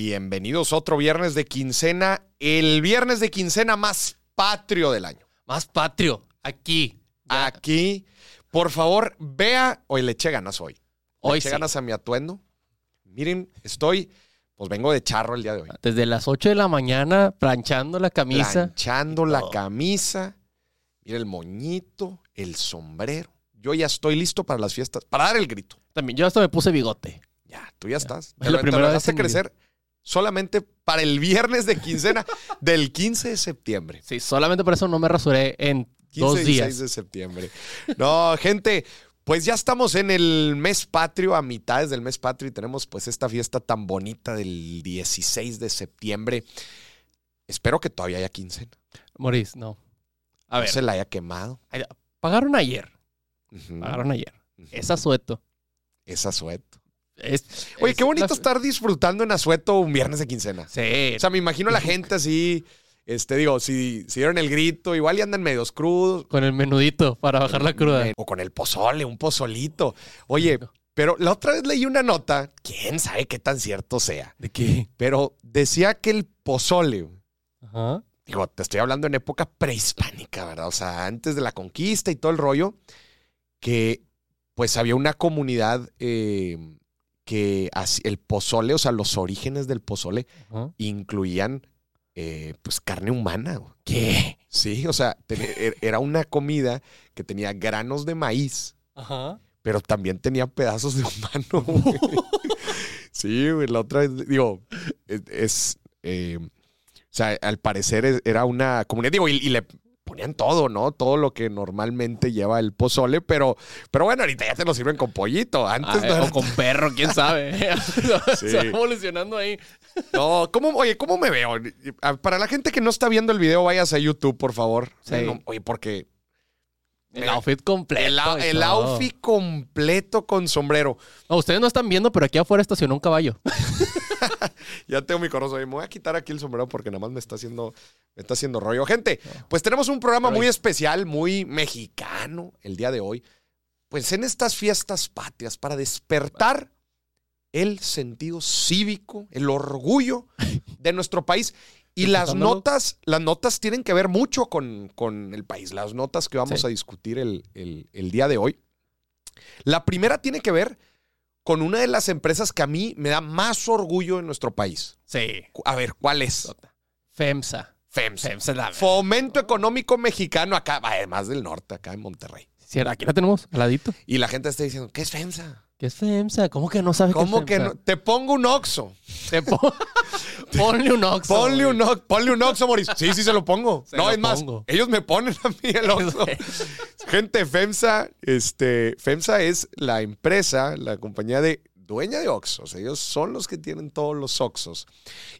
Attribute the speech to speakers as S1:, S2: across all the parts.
S1: Bienvenidos a otro viernes de quincena, el viernes de quincena más patrio del año.
S2: Más patrio, aquí. Ah, Ya.
S1: Aquí, por favor, vea, hoy le eché ganas hoy. Le
S2: Hoy
S1: eché
S2: sí.
S1: ganas a mi atuendo. Miren, estoy, pues vengo de charro el día de hoy.
S2: Desde las 8 de la mañana, planchando la camisa.
S1: Planchando la
S2: todo.
S1: camisa, mira el moñito, el sombrero. Yo ya estoy listo para las fiestas, para dar el grito.
S2: También, yo hasta me puse bigote.
S1: Ya, tú ya estás.
S2: Es la
S1: Te,
S2: primera
S1: lo
S2: vez
S1: dejaste
S2: en mi
S1: crecer solamente para el viernes de quincena del 15 de septiembre.
S2: Sí, solamente por eso no me rasuré en
S1: 15
S2: dos
S1: y
S2: días.
S1: 16 de septiembre. No, gente, pues ya estamos en el mes patrio, a mitades del mes patrio, y tenemos pues esta fiesta tan bonita del 16 de septiembre. Espero que todavía haya quincena.
S2: Morís, no. A
S1: No
S2: ver,
S1: se la haya quemado.
S2: pagaron ayer.
S1: Ujú,
S2: Pagaron ayer.
S1: ujú.
S2: Es asueto.
S1: Es asueto.
S2: Es-
S1: Oye,
S2: es
S1: qué bonito
S2: la-
S1: estar disfrutando en asueto un viernes de quincena.
S2: Sí.
S1: O sea, me imagino a la gente así, este, digo, si, si dieron el grito, igual y andan medios crudos.
S2: con el menudito para bajar la cruda.
S1: O con el pozole, un pozolito. Oye, pero la otra vez leí una nota, quién sabe qué tan cierto sea,
S2: ¿De qué?
S1: pero decía que el pozole,
S2: Ajá.
S1: digo, te estoy hablando en época prehispánica, ¿verdad? O sea, antes de la conquista y todo el rollo, que pues había una comunidad eh, que hacía- el pozole, o sea, los orígenes del pozole
S2: ajá.
S1: incluían eh, pues carne humana. güey.
S2: ¿Qué?
S1: Sí, o sea, ten- er- era una comida que tenía granos de maíz,
S2: Ajá.
S1: pero también tenía pedazos de humano. güey. sí, güey, la otra vez, digo, es... es, eh, o sea, al parecer es- era una comunidad, digo, y, y le ponían todo, ¿no? Todo lo que normalmente lleva el pozole, pero, pero bueno, ahorita ya te lo sirven con pollito. Antes
S2: Ah,
S1: no
S2: eh,
S1: era
S2: o con perro, quién sabe.
S1: Sí.
S2: Se va evolucionando ahí.
S1: No, ¿cómo, oye, ¿cómo me veo? Ah, Para la gente que no está viendo el video, vayas a YouTube, por favor.
S2: Sí.
S1: No, oye, porque
S2: El
S1: Eh,
S2: outfit completo.
S1: el,
S2: y
S1: au- el
S2: todo.
S1: outfit completo con sombrero.
S2: No, ustedes no están viendo, pero aquí afuera estacionó un caballo.
S1: Ya tengo mi corazón. Me voy a quitar aquí el sombrero porque nada más me está haciendo, me está haciendo rollo. Gente,
S2: Ah.
S1: pues tenemos un programa
S2: Pero
S1: muy
S2: ahí-
S1: especial, muy mexicano el día de hoy. Pues en estas fiestas patrias, para despertar el sentido cívico, el orgullo de nuestro país. Y las
S2: Despertándolo.
S1: notas, las notas tienen que ver mucho con, con el país, las notas que vamos
S2: Sí.
S1: a discutir el, el- el día de hoy. La primera tiene que ver con una de las empresas que a mí me da más orgullo en nuestro país.
S2: Sí.
S1: Cu- A ver, ¿cuál es?
S2: FEMSA.
S1: FEMSA.
S2: FEMSA es la
S1: Fomento Económico Mexicano, acá, además del norte, acá en Monterrey.
S2: Sí, aquí la tenemos, al ladito.
S1: Y la gente está diciendo, ¿qué es FEMSA?
S2: ¿Qué es FEMSA? ¿Cómo que no sabes
S1: ¿Cómo
S2: qué
S1: que
S2: es
S1: no?
S2: FEMSA?
S1: Te pongo un Oxxo.
S2: Te pon- Ponle un oxo.
S1: Ponle un, Ox- ponle un Oxxo, Moris. Sí, sí, se lo pongo.
S2: Se
S1: no,
S2: lo
S1: es más,
S2: pongo.
S1: ellos me ponen a mí el Oxxo. Gente, FEMSA, este, FEMSA es la empresa, la compañía de dueña de Oxxos. Ellos son los que tienen todos los Oxxos.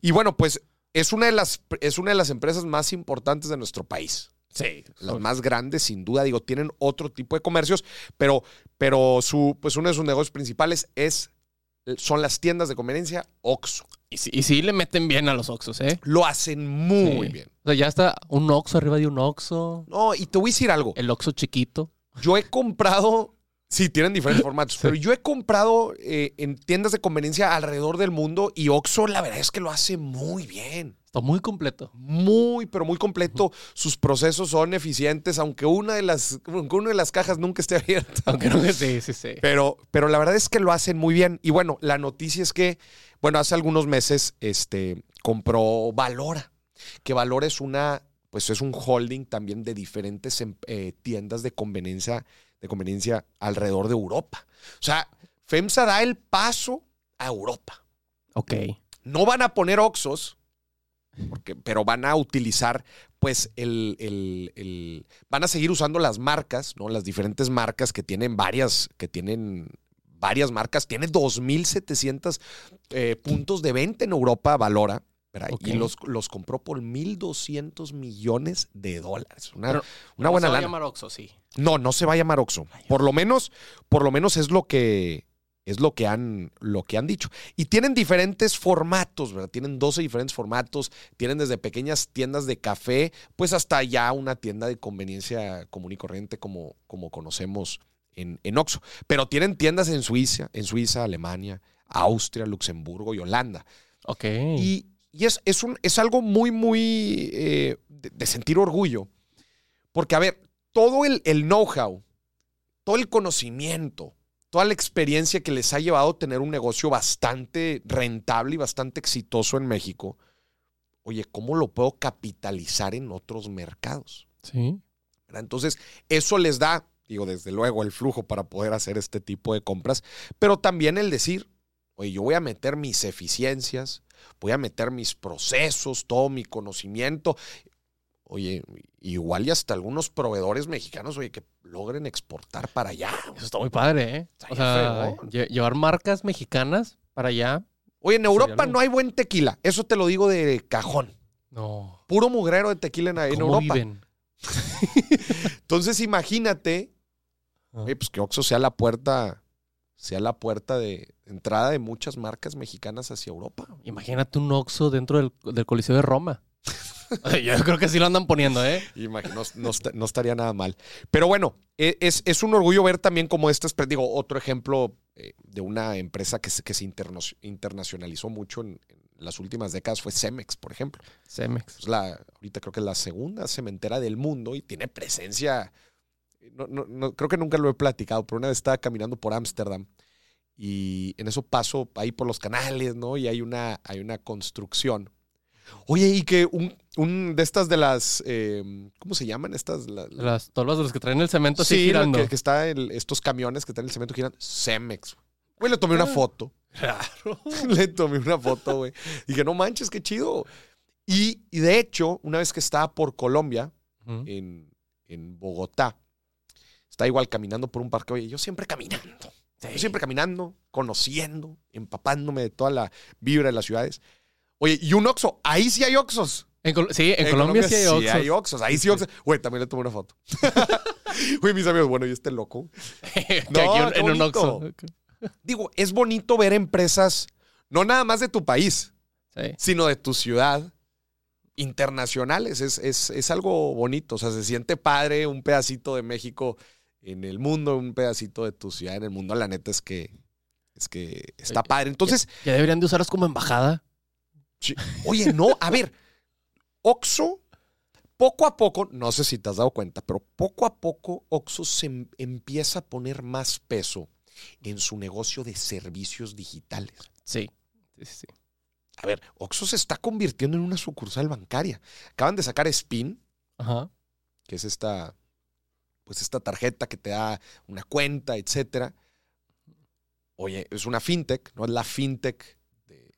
S1: Y bueno, pues es una de las, es una de las empresas más importantes de nuestro país.
S2: Sí.
S1: Las más grandes, sin duda, digo, tienen otro tipo de comercios, pero, pero su, pues uno de sus negocios principales es, eh, son las tiendas de conveniencia Oxxo.
S2: Y sí, y sí le meten bien a los oxos, ¿eh?
S1: Lo hacen muy
S2: Sí.
S1: bien.
S2: O sea, ya está un oxo arriba de un oxo.
S1: No, y te voy a decir algo.
S2: El oxo chiquito.
S1: Yo he comprado, sí, tienen diferentes formatos, pero yo he comprado eh, en tiendas de conveniencia alrededor del mundo y Oxxo la verdad es que lo hace muy bien.
S2: Está muy completo.
S1: Muy, pero muy completo. Sus procesos son eficientes, aunque una de las, aunque una de las cajas nunca esté abierta.
S2: Aunque no sí, sí, sí.
S1: Pero, pero la verdad es que lo hacen muy bien. Y bueno, la noticia es que, bueno, hace algunos meses este, compró Valora, que Valora es una, pues es un holding también de diferentes em- eh, tiendas de conveniencia, de conveniencia alrededor de Europa. O sea, FEMSA da el paso a Europa.
S2: Ok.
S1: No van a poner Oxos, porque, pero van a utilizar, pues, el, el- el- Van a seguir usando las marcas, ¿no? Las diferentes marcas que tienen varias, que tienen varias marcas. Tiene 2.700 eh, puntos de venta en Europa, Valora. ¿verdad?
S2: Ok.
S1: Y los, los compró por 1.200 millones de dólares. Una,
S2: Pero-
S1: una buena
S2: se va a
S1: lana.
S2: llamar oxo, sí.
S1: No, no se va a llamar Oxxo. Por lo menos, por lo menos es lo que es lo que han lo que han dicho. Y tienen diferentes formatos, ¿verdad? Tienen 12 diferentes formatos, tienen desde pequeñas tiendas de café, pues hasta ya una tienda de conveniencia común y corriente como como conocemos en, en Oxxo, pero tienen tiendas en Suiza, en Suiza, Alemania, Austria, Luxemburgo y Holanda.
S2: Ok.
S1: Y, y es, es, un, es algo muy, muy eh, de, de sentir orgullo. Porque, a ver, todo el, el know-how, todo el conocimiento, toda la experiencia que les ha llevado a tener un negocio bastante rentable y bastante exitoso en México, oye, ¿cómo lo puedo capitalizar en otros mercados?
S2: Sí.
S1: ¿Verdad? Entonces, eso les da, digo, desde luego, el flujo para poder hacer este tipo de compras, pero también el decir, oye, yo voy a meter mis eficiencias, voy a meter mis procesos, todo mi conocimiento. Oye, igual y hasta algunos proveedores mexicanos, oye, que logren exportar para allá.
S2: Eso está muy padre, ¿eh?
S1: Está
S2: O
S1: bien
S2: sea,
S1: fregón.
S2: lle- llevar marcas mexicanas para allá.
S1: Oye, en Europa
S2: algo.
S1: no hay buen tequila, eso te lo digo de cajón.
S2: No.
S1: Puro mugrero de tequila en, en
S2: ¿Cómo
S1: Europa.
S2: viven?
S1: Entonces imagínate,
S2: Ah.
S1: oye, pues que Oxxo sea la puerta, sea la puerta de entrada de muchas marcas mexicanas hacia Europa.
S2: Imagínate un Oxxo dentro del, del Coliseo de Roma. O sea, Yo creo que sí lo andan poniendo, ¿eh?
S1: Imagino, no, est- no estaría nada mal. Pero bueno, e- es, es un orgullo ver también como estas, pre- digo, otro ejemplo eh, de una empresa que se, que se interno- internacionalizó mucho en, en las últimas décadas fue Cemex, por ejemplo.
S2: Cemex.
S1: Es la, ahorita creo que es la segunda cementera del mundo y tiene presencia. No, no- no- creo que nunca lo he platicado, pero una vez estaba caminando por Ámsterdam y en eso paso ahí por los canales, ¿no? Y hay una, hay una construcción. Oye, y que un, un de estas de las, eh, ¿cómo se llaman estas? La- la-
S2: Las tolvas de los que traen el cemento así
S1: sí, la
S2: girando.
S1: que, que está el- estos camiones que están en el cemento giran. Cemex. güey. Güey, le tomé una
S2: Ah.
S1: foto.
S2: Claro.
S1: Le tomé una foto, güey. Dije, no manches, qué chido. Y, y de hecho, una vez que estaba por Colombia,
S2: Ujú.
S1: en, en Bogotá, está igual caminando por un parque. Oye, yo siempre caminando. Yo siempre caminando, conociendo, empapándome de toda la vibra de las ciudades. Oye, y un Oxxo. Ahí sí hay Oxxos.
S2: En Col- sí, en, Colombia, sí hay Oxxos.
S1: Oxxos. Ahí sí hay Oxxos. Güey, también le tomé una foto. Güey, mis amigos, bueno, y este loco.
S2: Que aquí
S1: No,
S2: un-
S1: qué
S2: en un
S1: bonito.
S2: Oxxo.
S1: Digo, es bonito ver empresas, no nada más de tu país,
S2: Sí.
S1: sino de tu ciudad, internacionales. Es, es- es algo bonito. O sea, se siente padre un pedacito de México en el mundo, un pedacito de tu ciudad en el mundo. La neta es que, es que está
S2: Oye,
S1: padre. Entonces,
S2: Ya deberían de usarlos como embajada.
S1: oye, no, a ver, Oxo, poco a poco, no sé si te has dado cuenta, pero poco a poco Oxo se em- empieza a poner más peso en su negocio de servicios digitales.
S2: Sí. Sí, sí, sí.
S1: A ver, Oxxo se está convirtiendo en una sucursal bancaria. Acaban de sacar Spin,
S2: Ajá.
S1: que es esta, pues esta tarjeta que te da una cuenta, etcétera. Oye, es una fintech, no es la fintech de-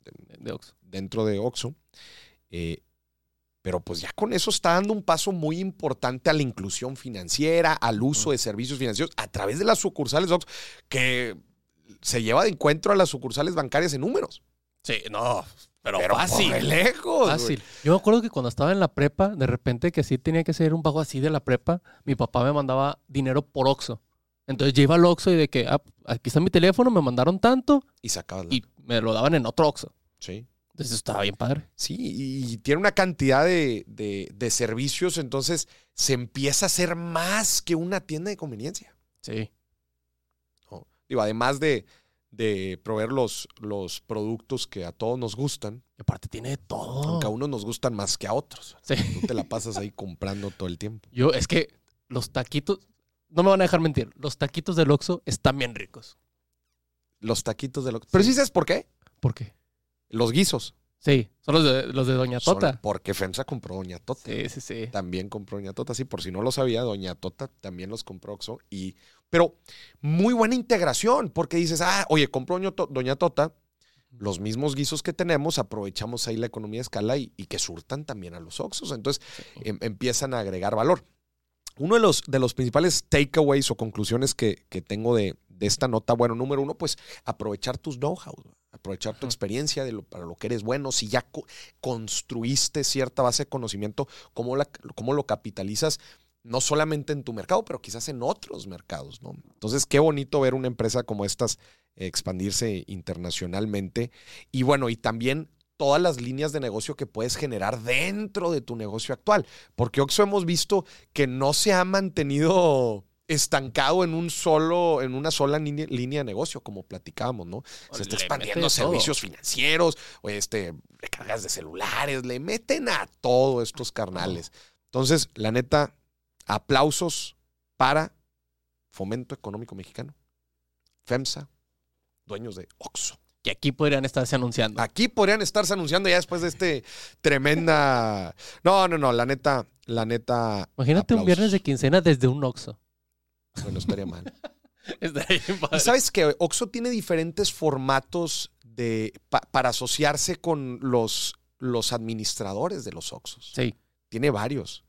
S1: de-
S2: De Oxxo.
S1: dentro de Oxxo. Eh, pero pues ya con eso está dando un paso muy importante a la inclusión financiera, al uso de servicios financieros a través de las sucursales de Oxxo, que se lleva de encuentro a las sucursales bancarias en números.
S2: Sí, no. Pero,
S1: por de lejos. güey.
S2: Fácil. Yo me acuerdo que cuando estaba en la prepa, de repente que sí tenía que ser un pago así de la prepa, mi papá me mandaba dinero por Oxxo. Entonces yo iba al Oxxo y de que, ah, aquí está mi teléfono, me mandaron tanto
S1: Y sacabas la-
S2: y me lo daban en otro Oxxo.
S1: Sí.
S2: Entonces eso estaba bien padre.
S1: Sí, y y tiene una cantidad de, de- de servicios, entonces se empieza a hacer más que una tienda de conveniencia.
S2: Sí.
S1: ¿no? Digo, además de, de proveer los, los productos que a todos nos gustan,
S2: Y aparte tiene de todo.
S1: aunque a unos nos gustan más que a otros.
S2: Sí.
S1: Tú te la pasas ahí comprando todo el tiempo.
S2: Yo, es que los taquitos, no me van a dejar mentir, los taquitos del Oxxo están bien ricos.
S1: Los taquitos de lo... Pero sí sabes por qué.
S2: ¿Por qué?
S1: Los guisos.
S2: Sí, son los de, los de Doña
S1: Son-
S2: Tota.
S1: Porque FEMSA compró Doña Tota.
S2: Sí, sí, sí.
S1: También compró Doña Tota, sí, por si no lo sabía, Doña Tota también los compró Oxxo. Y, pero muy buena integración, porque dices, ah, oye, compró Doña To- Doña Tota, los mismos guisos que tenemos, aprovechamos ahí la economía de escala y, y que surtan también a los Oxxos. Entonces em- empiezan a agregar valor. Uno de los, de los principales takeaways o conclusiones que, que tengo de, de esta nota, bueno, número uno, pues aprovechar tus know-how, ¿no? aprovechar tu
S2: Ujú.
S1: experiencia de lo, para lo que eres bueno, si ya co- construiste cierta base de conocimiento, cómo, la- cómo lo capitalizas, no solamente en tu mercado, pero quizás en otros mercados, ¿no? Entonces, qué bonito ver una empresa como estas eh, expandirse internacionalmente. Y bueno, y también todas las líneas de negocio que puedes generar dentro de tu negocio actual. Porque Oxxo hemos visto que no se ha mantenido estancado en un solo, en una sola línea, línea de negocio, como platicábamos, ¿no? Se está
S2: Le
S1: expandiendo
S2: meten
S1: a servicios financieros, o este, recargas de celulares, le meten a todo estos carnales. Entonces, la neta, aplausos para Fomento Económico Mexicano, FEMSA, dueños de OXXO.
S2: Que aquí podrían estarse anunciando.
S1: Aquí podrían estarse anunciando ya después de este tremenda. No, no, no, la neta, la neta.
S2: Imagínate un
S1: aplausos.
S2: viernes de quincena desde un Oxxo.
S1: Bueno, estaría mal.
S2: Estaría bien padre.
S1: Y sabes que Oxxo tiene diferentes formatos de, pa- para asociarse con los, los administradores de los Oxxos.
S2: Sí.
S1: Tiene varios.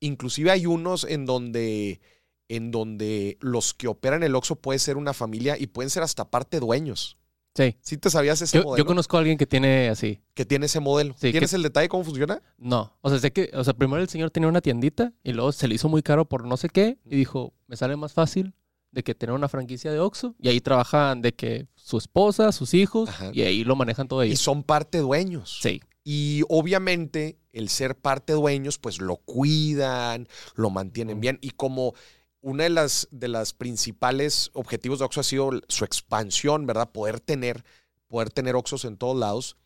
S1: Inclusive hay unos en donde, en donde los que operan el Oxxo puede ser una familia y pueden ser hasta parte dueños.
S2: Sí.
S1: ¿Sí te sabías ese
S2: Yo,
S1: modelo?
S2: yo conozco a alguien que tiene así.
S1: Que tiene ese modelo.
S2: Sí,
S1: ¿Tienes el detalle de cómo funciona?
S2: No, o sea, sé que, o sea, primero el señor tenía una tiendita y luego se le hizo muy caro por no sé qué y dijo, me sale más fácil de que tener una franquicia de Oxxo y ahí trabajan de que su esposa, sus hijos
S1: Ajá.
S2: y ahí lo manejan todo
S1: Y
S2: ellos.
S1: son parte dueños.
S2: Sí,
S1: Y obviamente el ser parte dueños, pues lo cuidan, lo mantienen
S2: Ujú.
S1: bien. Y como una de las, de las principales objetivos de Oxxo ha sido su expansión, ¿verdad? Poder tener, poder tener Oxxos en todos lados,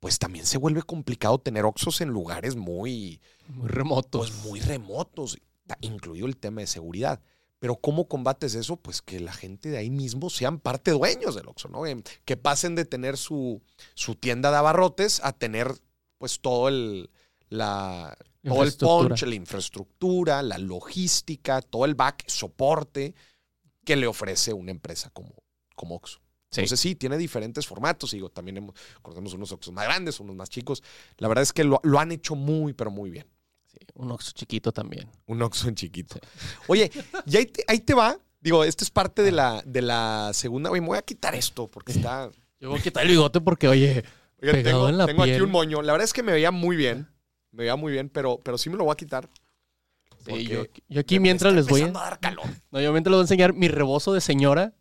S1: pues también se vuelve complicado tener Oxxos en lugares muy,
S2: muy remotos.
S1: pues, muy remotos, ta- incluido el tema de seguridad. Pero ¿cómo combates eso? Pues que la gente de ahí mismo sean parte dueños del Oxxo, ¿no? Em, Que pasen de tener su, su tienda de abarrotes a tener pues todo el, la, todo el
S2: Infraestructura.
S1: punch, la infraestructura, la logística, todo el back soporte que le ofrece una empresa como, como Oxxo.
S2: Sí.
S1: Entonces sí, tiene diferentes formatos. Digo, también hemos, conocemos unos Oxxos más grandes, unos más chicos. La verdad es que lo- lo han hecho muy, pero muy bien.
S2: Sí, un Oxxo chiquito también.
S1: Un Oxxo en chiquito. Oye, y ahí te, ahí te va. Digo, esto es parte de la, de la segunda. Oye, me voy a quitar esto porque está.
S2: Yo voy a quitar el bigote porque, oye,
S1: Oigan,
S2: Pegado
S1: tengo,
S2: en la
S1: tengo aquí
S2: piel.
S1: un moño. La verdad es que me veía muy bien. Me veía muy bien, pero, pero sí me lo voy a quitar.
S2: sí,
S1: Porque
S2: yo, yo
S1: me-
S2: aquí
S1: me
S2: mientras
S1: está
S2: les voy a,
S1: empezando a dar calor.
S2: no, yo mientras les voy a enseñar mi rebozo de señora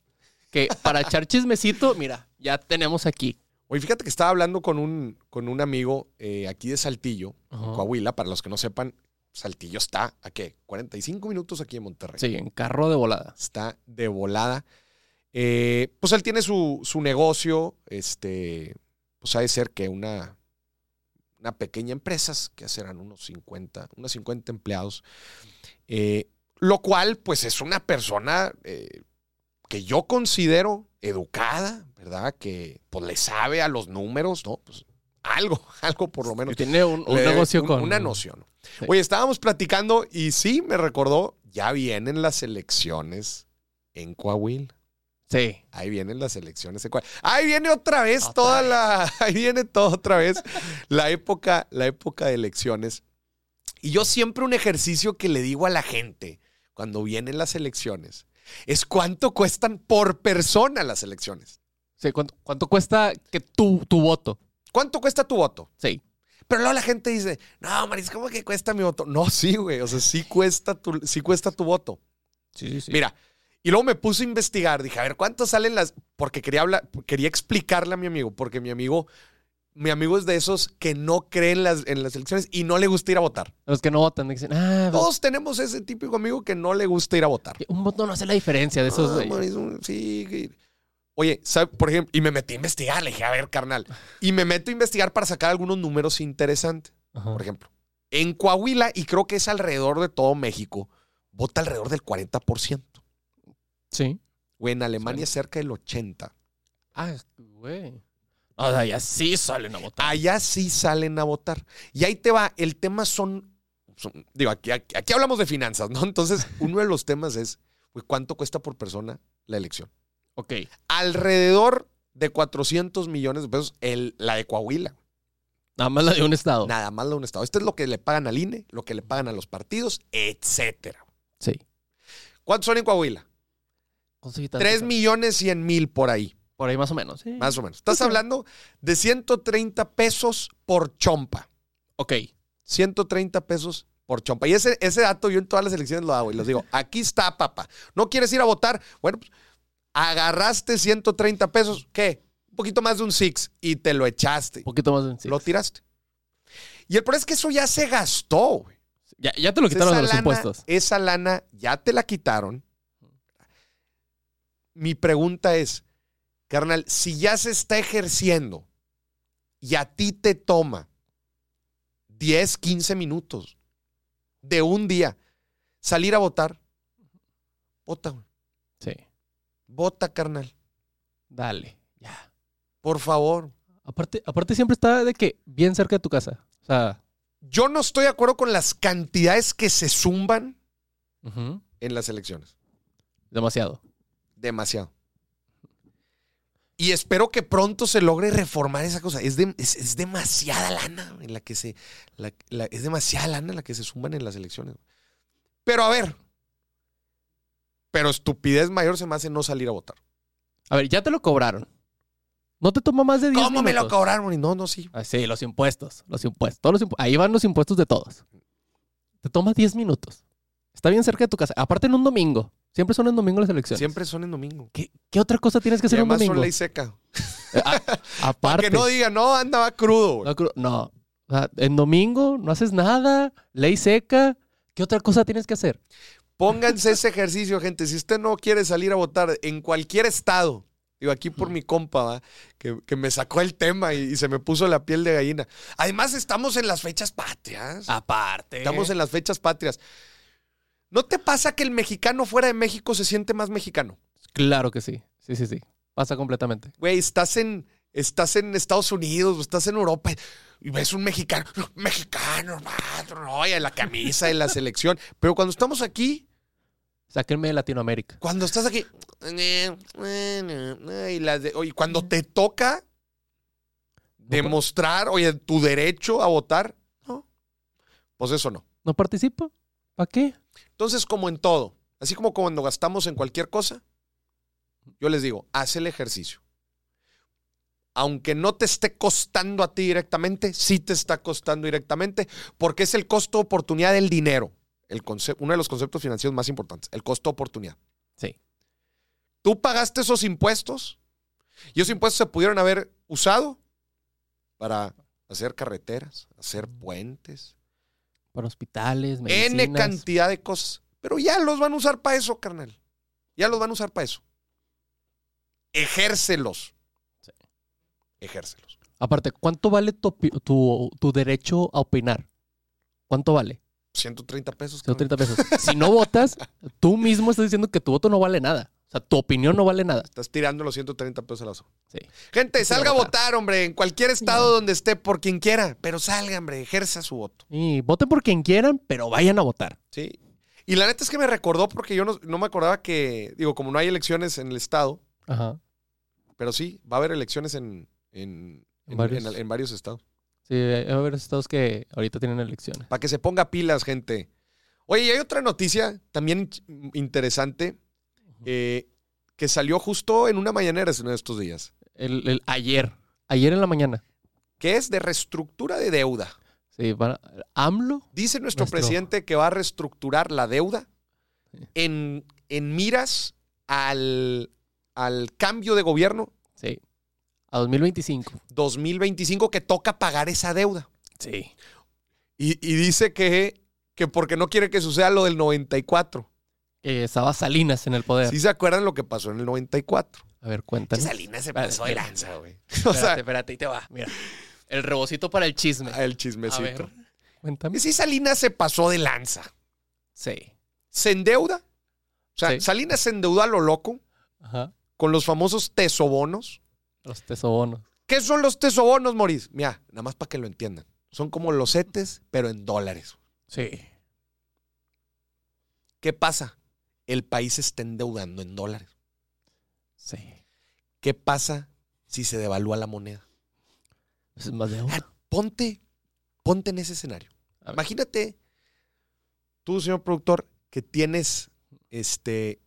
S2: que para echar chismecito, mira, ya tenemos aquí.
S1: Oye, fíjate que estaba hablando con un, con un amigo eh, aquí de Saltillo,
S2: Ajá.
S1: Coahuila. Para los que no sepan, Saltillo está a qué? 45 minutos aquí en Monterrey.
S2: Sí, en carro de volada.
S1: está de volada. Eh, pues él tiene su, su negocio, este, pues ha de ser que una, una pequeña empresa, que serán unos 50, unos 50 empleados, eh, lo cual pues es una persona eh, que yo considero educada, ¿verdad? Que pues le sabe a los números, ¿no? Pues algo, algo por lo menos.
S2: Y tiene un, un
S1: Le-
S2: negocio
S1: un-
S2: con...
S1: Una noción.
S2: Sí.
S1: Oye, estábamos platicando y sí, me recordó, ya vienen las elecciones en Coahuila.
S2: Sí.
S1: Ahí vienen las elecciones en Coahuila. Ahí viene otra vez
S2: Otra
S1: toda
S2: vez.
S1: la... Ahí viene todo otra vez. la época, la época de elecciones. Y yo siempre un ejercicio que le digo a la gente cuando vienen las elecciones es cuánto cuestan por persona las elecciones.
S2: Sí, ¿cuánto, cuánto cuesta que tu, tu voto?
S1: ¿Cuánto cuesta tu voto?
S2: Sí.
S1: Pero luego la gente dice, no, Maris, ¿cómo que cuesta mi voto? No, sí, güey. O sea, sí cuesta tu, sí cuesta tu voto.
S2: Sí, sí, sí.
S1: Mira, y luego me puse a investigar. Dije, a ver, ¿cuánto salen las...? Porque quería hablar, quería explicarle a mi amigo. Porque mi amigo, mi amigo es de esos que no creen en las, en las elecciones y no le gusta ir a votar.
S2: Los que no votan dicen, ah,
S1: Todos tenemos ese típico amigo que no le gusta ir a votar.
S2: un voto no hace la diferencia de esos
S1: Ah,
S2: güeyes.
S1: Maris, un- sí, que- Oye, ¿sabe? por ejemplo, y me metí a investigar. Le dije, a ver, carnal. Y me meto a investigar para sacar algunos números interesantes.
S2: Ajá.
S1: por ejemplo. En Coahuila, y creo que es alrededor de todo México, vota alrededor del 40%.
S2: Sí.
S1: O en Alemania cerca del 80%.
S2: Ah, güey. O sea, ya sí salen a votar.
S1: Allá sí salen a votar. Y ahí te va, el tema son, son- digo, aquí, aquí- aquí hablamos de finanzas, ¿no? Entonces, uno de los temas es, güey, ¿cuánto cuesta por persona la elección?
S2: Ok.
S1: Alrededor de 400 millones de pesos el, la de Coahuila.
S2: Nada más la de un estado.
S1: Nada más la de un estado. Esto es lo que le pagan al INE, lo que le pagan a los partidos, etcétera.
S2: Sí.
S1: ¿Cuántos son en Coahuila? 3 millones 100 mil por ahí.
S2: Por ahí más o menos. Sí.
S1: Más o menos. Estás
S2: Ok.
S1: hablando de 130 pesos por chompa.
S2: Ok.
S1: 130 pesos por chompa. Y ese, ese dato yo en todas las elecciones lo hago y les digo, aquí está, papá. ¿No quieres ir a votar? Bueno, pues, agarraste 130 pesos, ¿qué? Un poquito más de un six y te lo echaste.
S2: Un poquito más de un sí.
S1: Lo tiraste. Y el problema es que eso ya se gastó, güey.
S2: Ya, ya te lo quitaron de los
S1: lana-
S2: impuestos.
S1: Esa lana ya te la quitaron. Mi pregunta es, carnal, si ya se está ejerciendo y a ti te toma 10, 15 minutos de un día salir a votar, vota, güey.
S2: Sí.
S1: vota, carnal,
S2: Dale. Ya.
S1: por favor.
S2: Aparte, aparte siempre está de que bien cerca de tu casa. O sea.
S1: Yo no estoy de acuerdo con las cantidades que se zumban
S2: ujú,
S1: en las elecciones.
S2: Demasiado.
S1: Demasiado. Y espero que pronto se logre reformar esa cosa. Es, de- es, es demasiada lana en la que se. la- la- es demasiada lana en la que se suman en las elecciones. Pero a ver. Pero estupidez mayor se me hace no salir a votar.
S2: A ver, ya te lo cobraron. No te toma más de 10
S1: ¿Cómo me lo
S2: minutos.
S1: cobraron? Y No, no, sí.
S2: Ah, sí, los impuestos. Los impuestos. Todos los impu- Ahí van los impuestos de todos. Te toma 10 minutos. Está bien cerca de tu casa. Aparte en un domingo. Siempre son en domingo las elecciones.
S1: Siempre son en domingo.
S2: ¿Qué, qué otra cosa tienes que
S1: Y
S2: hacer un
S1: además
S2: domingo?
S1: son ley seca.
S2: Eh, a- aparte.
S1: Que no diga, no, andaba crudo. güey.
S2: No, creo- no. O sea, en domingo no haces nada, ley seca. ¿Qué otra cosa tienes que hacer?
S1: Pónganse ese ejercicio, gente. Si usted no quiere salir a votar en cualquier estado, digo aquí por mi compa, ¿va? Que, que me sacó el tema y, y se me puso la piel de gallina. Además, estamos en las fechas patrias.
S2: Ah, Aparte.
S1: Estamos en las fechas patrias. ¿No te pasa que el mexicano fuera de México se siente más mexicano?
S2: Claro que sí. Sí, sí, sí. Pasa completamente.
S1: Güey, estás en, estás en Estados Unidos, estás en Europa y ves un mexicano, mexicano, hermano, no, y en la camisa, en la selección. Pero cuando estamos aquí,
S2: Sáquenme de Latinoamérica.
S1: Cuando estás aquí. Y, las de- oye, cuando te toca demostrar, oye, tu derecho a votar, no. Pues eso no.
S2: ¿No participo? ¿Para qué?
S1: Entonces, como en todo, así como cuando gastamos en cualquier cosa, yo les digo, haz el ejercicio. Aunque no te esté costando a ti directamente, sí te está costando directamente, porque es el costo oportunidad del dinero. El conce- uno de los conceptos financieros más importantes, el costo oportunidad.
S2: Sí.
S1: Tú pagaste esos impuestos y esos impuestos se pudieron haber usado para hacer carreteras, hacer puentes,
S2: Para hospitales, medicinas.
S1: N cantidad de cosas. Pero ya los van a usar para eso, carnal. Ya los van a usar para eso. Ejércelos.
S2: Sí.
S1: Ejércelos.
S2: Aparte, ¿cuánto vale tu, opi- tu- tu derecho a opinar? ¿Cuánto vale?
S1: 130 pesos. carnal.
S2: 130 pesos. Si no votas, tú mismo estás diciendo que tu voto no vale nada. O sea, tu opinión no vale nada.
S1: Estás tirando los 130 pesos al lazo.
S2: Sí.
S1: Gente,
S2: Sí,
S1: salga a
S2: a votar.
S1: votar, hombre, en cualquier estado donde esté, por quien quiera. Pero salga, hombre, ejerza su voto.
S2: Y voten por quien quieran, pero vayan a votar.
S1: Sí. Y la neta es que me recordó porque yo no, no me acordaba que, digo, como no hay elecciones en el estado,
S2: Ajá.
S1: pero sí, va a haber elecciones en, en,
S2: En
S1: en-
S2: varios.
S1: en- en varios estados.
S2: Sí, va a haber estados que ahorita tienen elecciones.
S1: Para que se ponga pilas, gente. Oye, y hay otra noticia también in- interesante eh, que salió justo en una mañanera en estos días,
S2: El, el- ayer. Ayer en la mañana.
S1: que es de reestructura de deuda.
S2: Sí, van a- AMLO.
S1: Dice nuestro,
S2: Nuestro-
S1: presidente que va a reestructurar la deuda
S2: Sí.
S1: en, en miras al, al cambio de gobierno
S2: Sí. A 2025.
S1: 2025 que toca pagar esa deuda.
S2: Sí.
S1: Y, y dice que, que porque no quiere que suceda lo del 94.
S2: estaba Salinas en el poder.
S1: ¿Sí se acuerdan lo que pasó en el 94?
S2: A ver, cuéntanos.
S1: Salinas se
S2: pasó de
S1: lanza, güey. O
S2: Ah, Espérate,
S1: sea,
S2: espérate, ahí te va. Mira. El rebocito para el chisme.
S1: el
S2: A
S1: chismecito.
S2: ver. Cuéntame.
S1: Y sí, Salinas se pasó de lanza.
S2: Sí.
S1: Se endeuda. O sea,
S2: Sí.
S1: Salinas se endeudó a lo loco
S2: Ajá.
S1: con los famosos tesobonos.
S2: Los tesobonos.
S1: ¿Qué son los tesobonos, Moris? Mira, nada más para que lo entiendan. Son como los CETES, pero en dólares.
S2: Sí.
S1: ¿Qué pasa? El país se está endeudando en dólares.
S2: Sí.
S1: ¿Qué pasa si se devalúa la moneda?
S2: Es Pues, más de uno.
S1: Ponte, ponte en ese escenario.
S2: A ver.
S1: Imagínate, tú, señor productor, que tienes, este,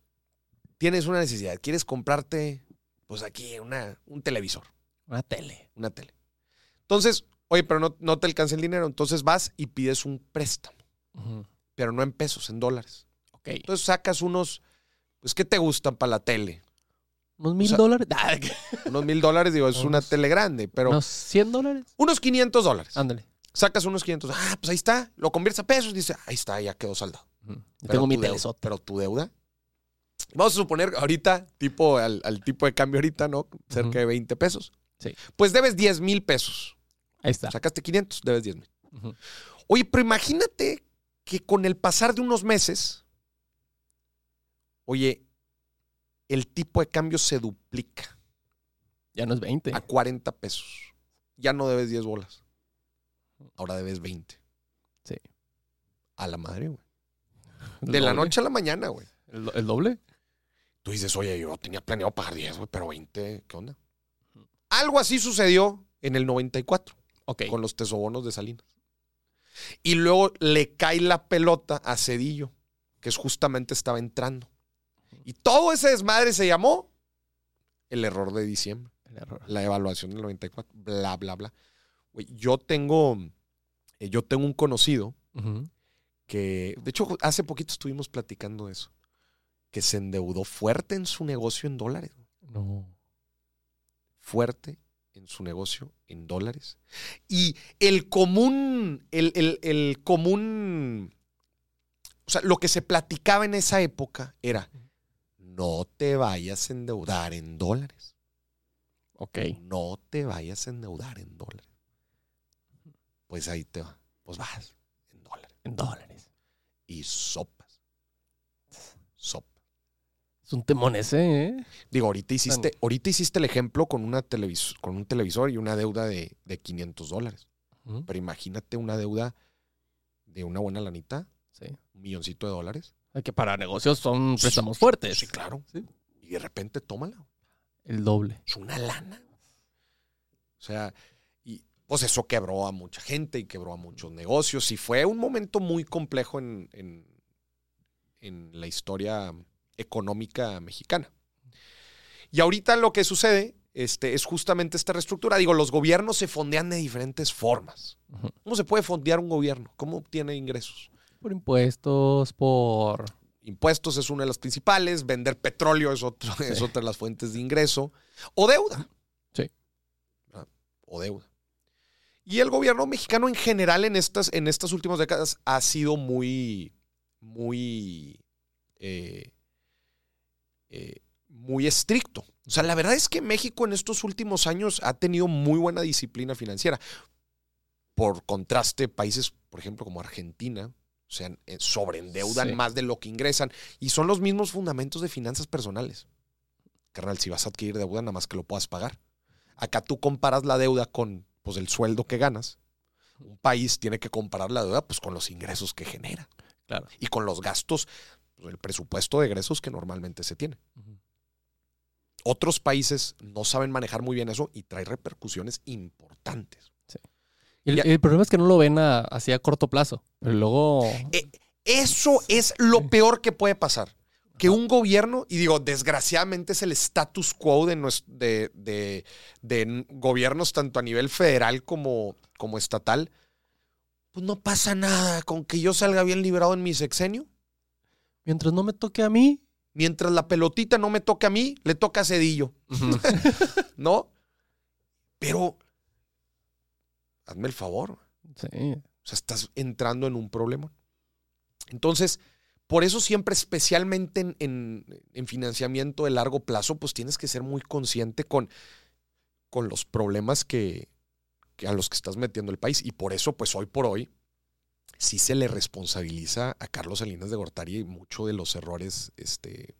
S1: tienes una necesidad. Quieres comprarte, pues aquí, una, un televisor,
S2: Una tele.
S1: una tele. Entonces, oye, pero no, no te alcanza el dinero. Entonces vas y pides un préstamo,
S2: Ujú.
S1: pero no en pesos, en dólares.
S2: Ok.
S1: Entonces sacas unos, pues, ¿qué te gustan para la tele?
S2: ¿Unos mil
S1: sea,
S2: dólares? Ah, ¿qué?
S1: Unos mil dólares, digo, es una
S2: Unos-
S1: tele grande, pero
S2: ¿Unos 100 dólares?
S1: unos 500 dólares.
S2: Ándale.
S1: Sacas unos 500, ah, pues ahí está, lo conviertes a pesos, dice, ahí está, ya quedó saldado.
S2: Ujú. Yo
S1: Pero
S2: Tengo mi
S1: tu deuda-
S2: telesote.
S1: Pero tu deuda. Vamos a suponer ahorita, tipo al, al tipo de cambio ahorita, ¿no? Cerca
S2: Ujú.
S1: de 20 pesos.
S2: Sí.
S1: Pues debes 10 mil pesos.
S2: Ahí está.
S1: Sacaste 500, debes 10 mil.
S2: Ujú.
S1: Oye, pero imagínate que con el pasar de unos meses, oye, el tipo de cambio se duplica
S2: Ya no es 20.
S1: a 40 pesos. Ya no debes 10 bolas. Ahora debes 20.
S2: Sí. Pues
S1: A la madre, güey.
S2: El
S1: De la
S2: doble.
S1: noche a la mañana, güey.
S2: ¿El, do- el doble?
S1: Tú dices, oye, yo tenía planeado pagar 10, güey, pero 20, ¿qué onda? Algo así sucedió en el 94
S2: Ok.
S1: con los tesobonos de Salinas. Y luego le cae la pelota a Cedillo, que es justamente estaba entrando. Y todo ese desmadre se llamó el error de diciembre,
S2: El error.
S1: la evaluación del 94, bla, bla, bla. Güey, yo tengo, eh, yo tengo un conocido
S2: Ujú.
S1: que, de hecho, hace poquito estuvimos platicando de eso, que se endeudó fuerte en su negocio en dólares.
S2: No.
S1: fuerte en su negocio en dólares. Y el común, el, el- el común, o sea, lo que se platicaba en esa época era, no te vayas a endeudar en dólares.
S2: Ok.
S1: No te vayas a endeudar en dólares. Pues ahí te va. Pues vas en dólares.
S2: En dólares.
S1: Y sopas. Sopas.
S2: Es un temón ese, ¿eh?
S1: Digo, ahorita hiciste, ahorita hiciste el ejemplo con, una televis- con un televisor y una deuda de, de 500 dólares.
S2: Ujú.
S1: Pero imagínate una deuda de una buena lanita,
S2: Sí.
S1: un milloncito de dólares,
S2: Hay que para negocios son
S1: Sí,
S2: préstamos fuertes.
S1: sí, claro.
S2: Sí.
S1: y de repente tómala.
S2: El doble.
S1: Es una lana. O sea, y pues eso quebró a mucha gente y quebró a muchos negocios. Y fue un momento muy complejo en, en- en la historia económica mexicana. Y ahorita lo que sucede este, es justamente esta reestructura. Digo, los gobiernos se fondean de diferentes formas.
S2: Ujú.
S1: ¿Cómo se puede fondear un gobierno? ¿Cómo obtiene ingresos?
S2: Por impuestos, por...
S1: Impuestos es una de las principales, vender petróleo es, otro- es otra de las fuentes de ingreso, o deuda.
S2: Sí.
S1: Ah, O deuda. Y el gobierno mexicano en general en estas, en estas últimas décadas ha sido muy, muy, eh, eh, muy estricto. O sea, la verdad es que México en estos últimos años ha tenido muy buena disciplina financiera. Por contraste, países, por ejemplo, como Argentina, o sea, eh, sobreendeudan
S2: Sí.
S1: más de lo que ingresan y son los mismos fundamentos de finanzas personales. Carnal, si vas a adquirir deuda, nada más que lo puedas pagar. Acá tú comparas la deuda con pues, el sueldo que ganas. Un país tiene que comparar la deuda pues, con los ingresos que genera
S2: Claro.
S1: y con los gastos, pues, el presupuesto de egresos que normalmente se tiene.
S2: Ujú.
S1: Otros países no saben manejar muy bien eso y trae repercusiones importantes.
S2: Y el,
S1: Ya.
S2: el problema es que no lo ven a- así a corto plazo. Pero luego...
S1: Eso es lo peor que puede pasar. Que un gobierno, y digo, desgraciadamente es el status quo de, nues- de, de- de n- gobiernos tanto a nivel federal como, como estatal, pues no pasa nada con que yo salga bien librado en mi sexenio.
S2: Mientras no me toque a mí...
S1: Mientras la pelotita no me toque a mí, le toca a Cedillo. ¿no? Pero, hazme el favor. O
S2: sí.
S1: sea, estás entrando en un problema. Entonces, por eso siempre, especialmente en, en- en financiamiento de largo plazo, pues tienes que ser muy consciente con, con los problemas que, que a los que estás metiendo el país. Y por eso, pues hoy por hoy, sí se le responsabiliza a Carlos Salinas de Gortari mucho de los errores este,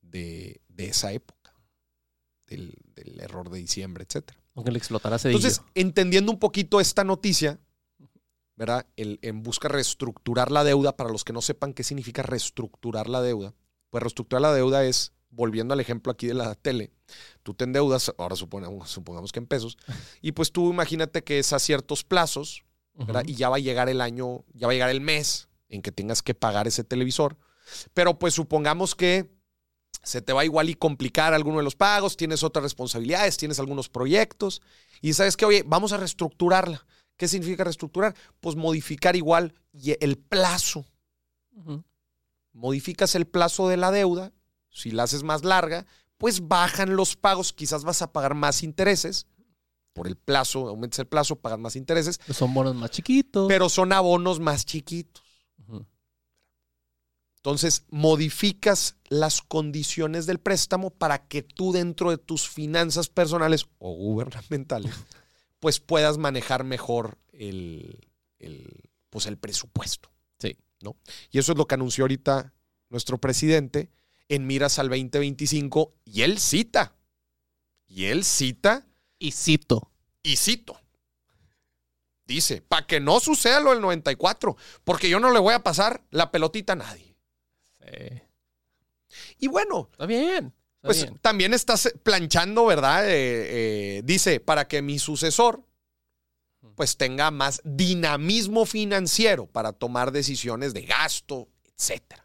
S1: de, de esa época, del, del error de diciembre, etcétera.
S2: Aunque le explotara Cedillo.
S1: Entonces, entendiendo un poquito esta noticia, ¿verdad? El, en busca reestructurar la deuda, para los que no sepan qué significa reestructurar la deuda, pues reestructurar la deuda es, volviendo al ejemplo aquí de la tele, tú te endeudas, ahora supongamos, supongamos que en pesos, y pues tú imagínate que es a ciertos plazos,
S2: Ujú.
S1: ¿verdad? Y ya va a llegar el año, ya va a llegar el mes en que tengas que pagar ese televisor. Pero pues supongamos que se te va igual y complicar alguno de los pagos, tienes otras responsabilidades, tienes algunos proyectos y sabes que, oye, vamos a reestructurarla. ¿Qué significa reestructurar? Pues modificar igual y el plazo.
S2: Ujú.
S1: Modificas el plazo de la deuda, si la haces más larga, pues bajan los pagos, quizás vas a pagar más intereses, por el plazo, aumentas el plazo, pagas más intereses,
S2: Son bonos más chiquitos.
S1: pero son abonos más chiquitos.
S2: Ujú.
S1: Entonces, modificas las condiciones del préstamo para que tú dentro de tus finanzas personales o gubernamentales, pues puedas manejar mejor el, el, pues el presupuesto.
S2: Sí.
S1: ¿no? Y eso es lo que anunció ahorita nuestro presidente en miras al 2025 y él cita. Y él cita
S2: Y cito.
S1: y cito. Dice, para que no suceda lo del 94, porque yo no le voy a pasar la pelotita a nadie. Y bueno,
S2: Está bien. está
S1: pues
S2: bien.
S1: también estás planchando, ¿verdad? Eh, eh, dice, para que mi sucesor pues tenga más dinamismo financiero para tomar decisiones de gasto, etcétera.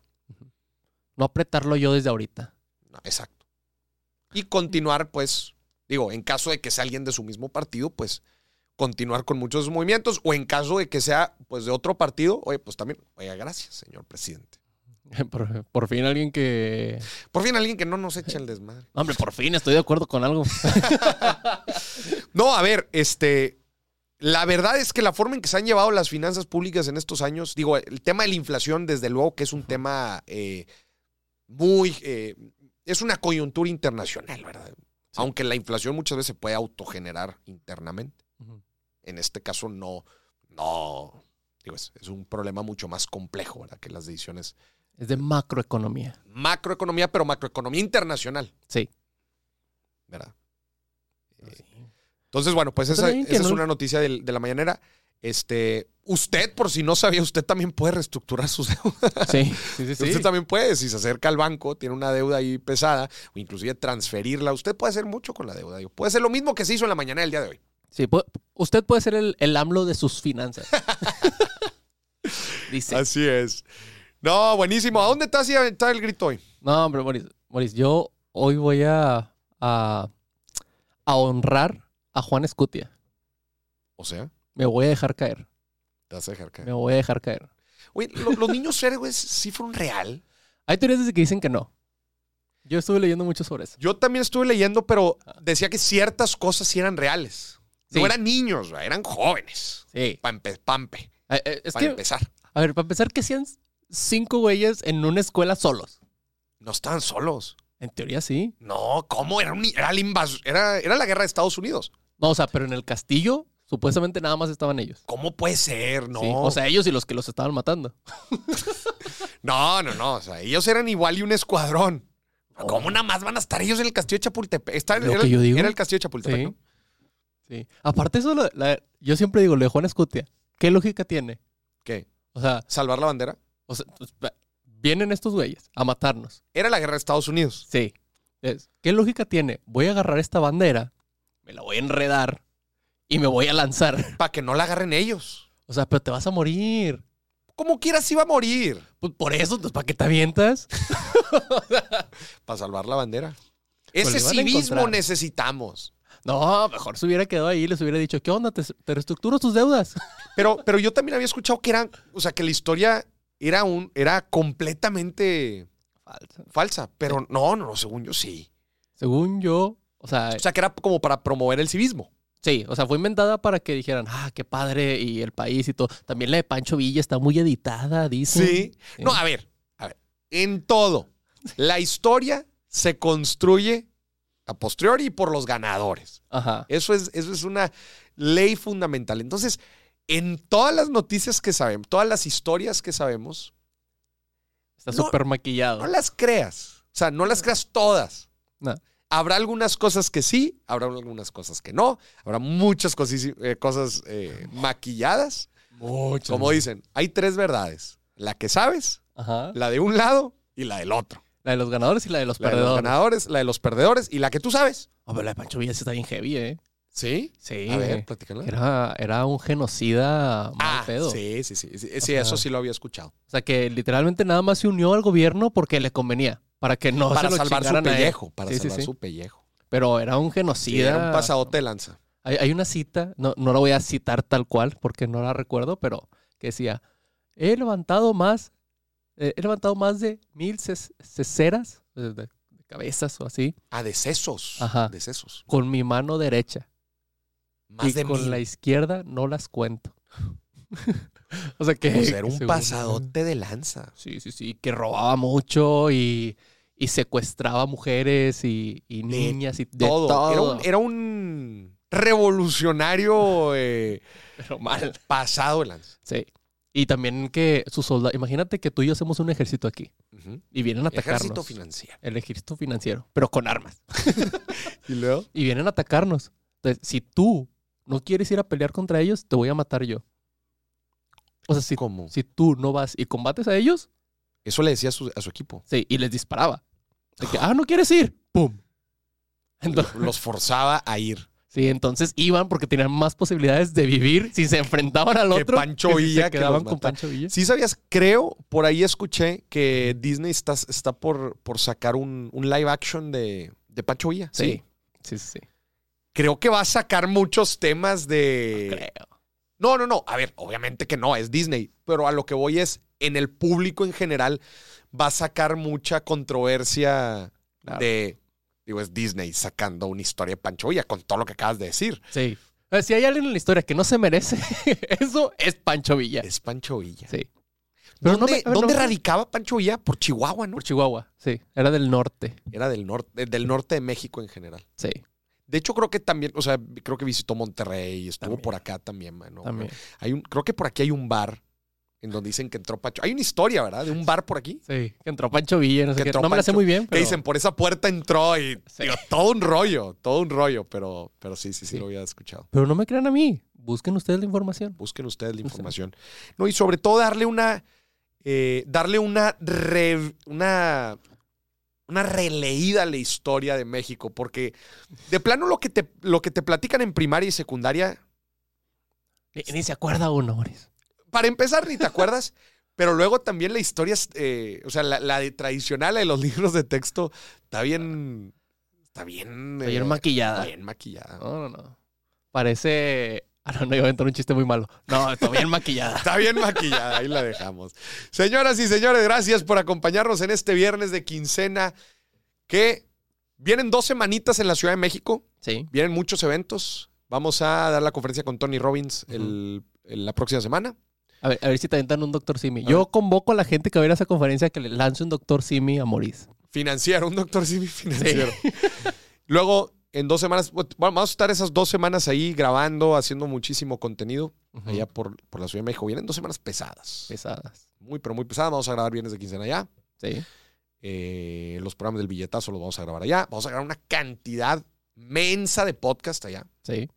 S2: No apretarlo yo desde ahorita.
S1: No, exacto.
S2: Ah,
S1: Y continuar, pues, digo, en caso de que sea alguien de su mismo partido, pues continuar con muchos movimientos, o en caso de que sea, pues, de otro partido, oye, pues también, oiga, gracias, señor presidente.
S2: Por, por fin alguien que...
S1: Por fin alguien que no nos eche el desmadre.
S2: No, Hombre, por fin estoy de acuerdo con algo.
S1: No, a ver, este. La verdad es que la forma en que se han llevado las finanzas públicas en estos años, digo, el tema de la inflación, desde luego que es un tema eh, muy. eh, es una coyuntura internacional, ¿verdad? Aunque la inflación muchas veces se puede autogenerar internamente.
S2: Ujú.
S1: En este caso, no. No. Digo, es, es un problema mucho más complejo, ¿verdad? Que las decisiones.
S2: es de macroeconomía.
S1: Macroeconomía, pero macroeconomía internacional,
S2: Sí.
S1: ¿verdad? Eh, Entonces, bueno, pues esa,
S2: Está bien que
S1: esa es
S2: no-
S1: una noticia del- de, la mañanera. Este, usted, por si no sabía, usted también puede reestructurar sus deudas.
S2: Sí, sí, sí. sí.
S1: Usted también puede, si se acerca al banco, tiene una deuda ahí pesada, o inclusive transferirla. Usted puede hacer mucho con la deuda. digo. Puede ser lo mismo que se hizo en la mañana del día de hoy.
S2: Sí, pu- usted puede ser el, el AMLO de sus finanzas. Dice.
S1: Así es. No, buenísimo. ¿A dónde está, así- está el grito hoy?
S2: No, hombre, Moris, Moris, yo hoy voy a, a, a honrar a Juan Escutia.
S1: O sea,
S2: Me voy a dejar caer.
S1: te vas a dejar caer.
S2: Me voy a dejar caer.
S1: Oye, lo- los niños héroes sí fueron real.
S2: Hay teorías de que dicen que no. Yo estuve leyendo mucho sobre eso.
S1: Yo también estuve leyendo, pero decía que ciertas cosas sí eran reales.
S2: Sí.
S1: No eran niños, ¿verdad? eran jóvenes.
S2: Sí.
S1: Pampe, pampe,
S2: Eh, es
S1: para
S2: que,
S1: empezar.
S2: a ver, para empezar, que sean cinco güeyes en una escuela solos.
S1: No estaban solos.
S2: En teoría sí.
S1: No, ¿cómo? Era, un- era, la invas- era, era la guerra de Estados Unidos.
S2: No, o sea, pero en el castillo, supuestamente nada más estaban ellos.
S1: ¿Cómo puede ser? No.
S2: Sí, O sea, ellos y los que los estaban matando.
S1: no, no, no. O sea, ellos eran igual y un escuadrón. ¿Cómo nada más van a estar ellos en el castillo de Chapultepec? Está-
S2: Oh. Lo
S1: era,
S2: que yo digo.
S1: era el castillo de Chapultepec,
S2: Sí.
S1: ¿no?
S2: Sí. Aparte, eso, lo- la- yo siempre digo, lo de Juan Escutia, ¿qué lógica tiene?
S1: ¿Qué?
S2: O sea,
S1: ¿Salvar la bandera?
S2: o sea, pues, va- vienen estos güeyes a matarnos.
S1: Era la guerra de Estados Unidos.
S2: Sí. Entonces, ¿Qué lógica tiene? Voy a agarrar esta bandera, me la voy a enredar y me voy a lanzar.
S1: Para que no la agarren ellos.
S2: O sea, pero te vas a morir.
S1: Como quieras iba a morir.
S2: Pues por eso, pues, ¿para qué te avientas?
S1: Para salvar la bandera.
S2: Pues
S1: Ese
S2: le van a
S1: civismo
S2: encontrar.
S1: necesitamos.
S2: No, mejor se hubiera quedado ahí y les hubiera dicho, ¿qué onda? ¿Te, te reestructuro tus deudas?
S1: Pero, pero yo también había escuchado que era, o sea, que la historia era un, era completamente
S2: Falso.
S1: falsa. Pero no, no, no, según yo sí.
S2: Según yo, o sea,
S1: O sea, que era como para promover el civismo.
S2: Sí, o sea, fue inventada para que dijeran, ah, qué padre, y el país y todo. También la de Pancho Villa está muy editada, dice.
S1: No, a ver, a ver. En todo, la historia se construye a posteriori por los ganadores.
S2: Ajá.
S1: Eso es, eso es una ley fundamental. Entonces, en todas las noticias que sabemos, todas las historias que sabemos,
S2: Está
S1: No,
S2: súper maquillado.
S1: no las creas. O sea, no las creas todas.
S2: Ah. No.
S1: Habrá algunas cosas que sí, habrá algunas cosas que no, habrá muchas cosis- eh, cosas eh, maquilladas.
S2: Mucho.
S1: Como dicen, hay tres verdades. La que sabes,
S2: Ajá.
S1: la de un lado y la del otro.
S2: La de los ganadores y la de los
S1: La de los
S2: perdedores.
S1: ganadores, la de los perdedores y la que tú sabes.
S2: Ah, pero la de Pancho Villa sí está bien heavy, ¿eh?
S1: Sí.
S2: Sí.
S1: A ver, platícala.
S2: Era, era un genocida mal
S1: Ah,
S2: pedo.
S1: sí, sí, sí. Sí, sí,
S2: sea,
S1: eso sí lo había escuchado.
S2: O sea, que literalmente nada más se unió al gobierno porque le convenía. Para que no
S1: Para
S2: se lo
S1: salvar su
S2: chingaran a él.
S1: pellejo, para
S2: Sí, sí,
S1: salvar
S2: sí.
S1: su pellejo.
S2: Pero era un
S1: Sí,
S2: genocida.
S1: era un pasadote de lanza.
S2: Hay, hay una cita, no, no la voy a citar tal cual porque no la recuerdo, pero que decía, he levantado más, eh, he levantado más de mil ces- ceseras, eh, de, de cabezas o así,
S1: A decesos.
S2: Ajá.
S1: Decesos.
S2: con mi mano derecha.
S1: Más
S2: y
S1: de
S2: con
S1: mil.
S2: la izquierda no las cuento. o sea que.
S1: Pues era un
S2: según-
S1: pasadote de lanza.
S2: Sí, sí, sí. Que robaba mucho y, y secuestraba mujeres y, y niñas y de
S1: todo.
S2: todo.
S1: Era, un, er- era un revolucionario eh,
S2: Pero mal.
S1: pasado de lanza.
S2: Sí. Y también que sus soldados. Imagínate que tú y yo hacemos un ejército aquí
S1: Ujú.
S2: y vienen a atacarnos.
S1: Ejército financiero.
S2: El ejército financiero, pero con armas.
S1: ¿Y luego?
S2: Y vienen a atacarnos. Entonces, si tú no quieres ir a pelear contra ellos, te voy a matar yo. O sea, si,
S1: ¿Cómo?
S2: si tú no vas y combates a ellos,
S1: Eso le decía a su, a su equipo.
S2: sí, y les disparaba. De que, ah, no quieres ir. ¡Pum! Entonces,
S1: Los forzaba a ir.
S2: Sí, entonces iban porque tenían más posibilidades de vivir si se enfrentaban al
S1: Que
S2: otro.
S1: Pancho
S2: si
S1: Villa
S2: se
S1: que los
S2: quedaban con
S1: mata.
S2: Pancho Villa.
S1: Sí, sabías, creo, por ahí escuché que Disney está, está por, por sacar un, un live action de, de Pancho Villa.
S2: Sí, sí, sí. sí.
S1: Creo que va a sacar muchos temas de.
S2: Creo.
S1: No, no, no. A ver, obviamente que no, es Disney. Pero a lo que voy es, en el público en general, va a sacar mucha controversia
S2: Claro.
S1: de. Digo, es Disney sacando una historia de Pancho Villa con todo lo que acabas de decir.
S2: Sí. Eh, Si hay alguien en la historia que no se merece eso, es Pancho Villa.
S1: Es Pancho Villa.
S2: Sí. Pero no
S1: ¿Dónde,
S2: me- no
S1: dónde
S2: me-
S1: radicaba Pancho Villa? Por Chihuahua, ¿no?
S2: Por Chihuahua, sí. Era del norte,
S1: Era del norte, del norte de México en general.
S2: sí.
S1: De hecho, creo que también, o sea, creo que visitó Monterrey, estuvo
S2: También.
S1: por acá también, mano.
S2: También.
S1: Hay un, creo que por aquí hay un bar en donde dicen que entró Pancho. Hay una historia, ¿verdad? De un bar por aquí.
S2: Sí, que entró Pancho Villa, no sé
S1: Que
S2: qué.
S1: entró
S2: No me la sé
S1: Pancho-
S2: muy bien,
S1: Que
S2: pero...
S1: dicen, por esa puerta entró y
S2: Sí.
S1: digo, todo un rollo, todo un rollo, pero, pero sí, sí, sí,
S2: Sí.
S1: lo había escuchado.
S2: Pero no me crean a mí. Busquen ustedes la información.
S1: Busquen ustedes la
S2: No sé.
S1: información. No, y sobre todo darle una, eh, darle una, re- una, una releída a la historia de México, porque de plano lo que te, lo que te platican en primaria y secundaria
S2: Ni, ni se acuerda uno, Mauricio.
S1: para empezar, ni te acuerdas, pero luego también la historia, es, eh, o sea, la, la de tradicional, la de los libros de texto, está bien. Está bien. eh,
S2: Ayer maquillada.
S1: está bien maquillada.
S2: No, no, no. Parece... Ah, no, no, iba a entrar un chiste muy malo. No, está bien maquillada.
S1: Está bien maquillada, ahí la dejamos. Señoras y señores, gracias por acompañarnos en este viernes de quincena. Que vienen dos semanitas en la Ciudad de México,
S2: Sí.
S1: vienen muchos eventos. Vamos a dar la conferencia con Tony Robbins el- el- la próxima semana.
S2: A ver, a ver si te aventan un doctor Simi. Yo convoco a la gente que va a ir a esa conferencia que le lance un doctor Simi a Maurice.
S1: Financiero, un doctor Simi financiero. Luego, en dos semanas, bueno, vamos a estar esas dos semanas ahí grabando, haciendo muchísimo contenido allá por, por la Ciudad de México. Vienen dos semanas pesadas,
S2: Pesadas.
S1: muy, pero muy pesadas. Vamos a grabar viernes de quincena allá.
S2: Sí.
S1: Eh, los programas del billetazo los vamos a grabar allá. Vamos a grabar una cantidad mensa de podcast allá.
S2: Sí.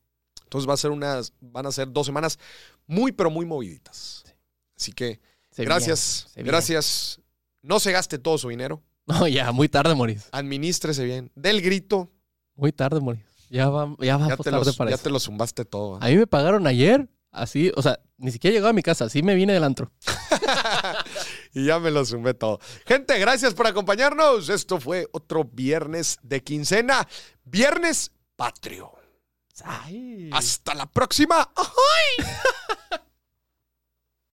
S1: Entonces va a ser unas, van a ser dos semanas muy, pero muy moviditas.
S2: Sí.
S1: Así que
S2: Se
S1: gracias,
S2: viene, se viene.
S1: gracias. No se gaste todo su dinero.
S2: No, ya, muy tarde, Maurice.
S1: Administrese bien. Del grito,
S2: Muy tarde, Maurice. Ya va, ya va
S1: ya te,
S2: a Ah, pues tarde
S1: los-
S2: para
S1: ya
S2: eso.
S1: te lo zumbaste todo. ¿ah?
S2: A mí me pagaron ayer, así, o sea, ni siquiera llegaba a mi casa, así me vine del antro.
S1: y ya me lo sumé todo. Gente, gracias por acompañarnos. Esto fue otro viernes de quincena. Viernes patrio. Hasta la próxima. ¡Ajoy!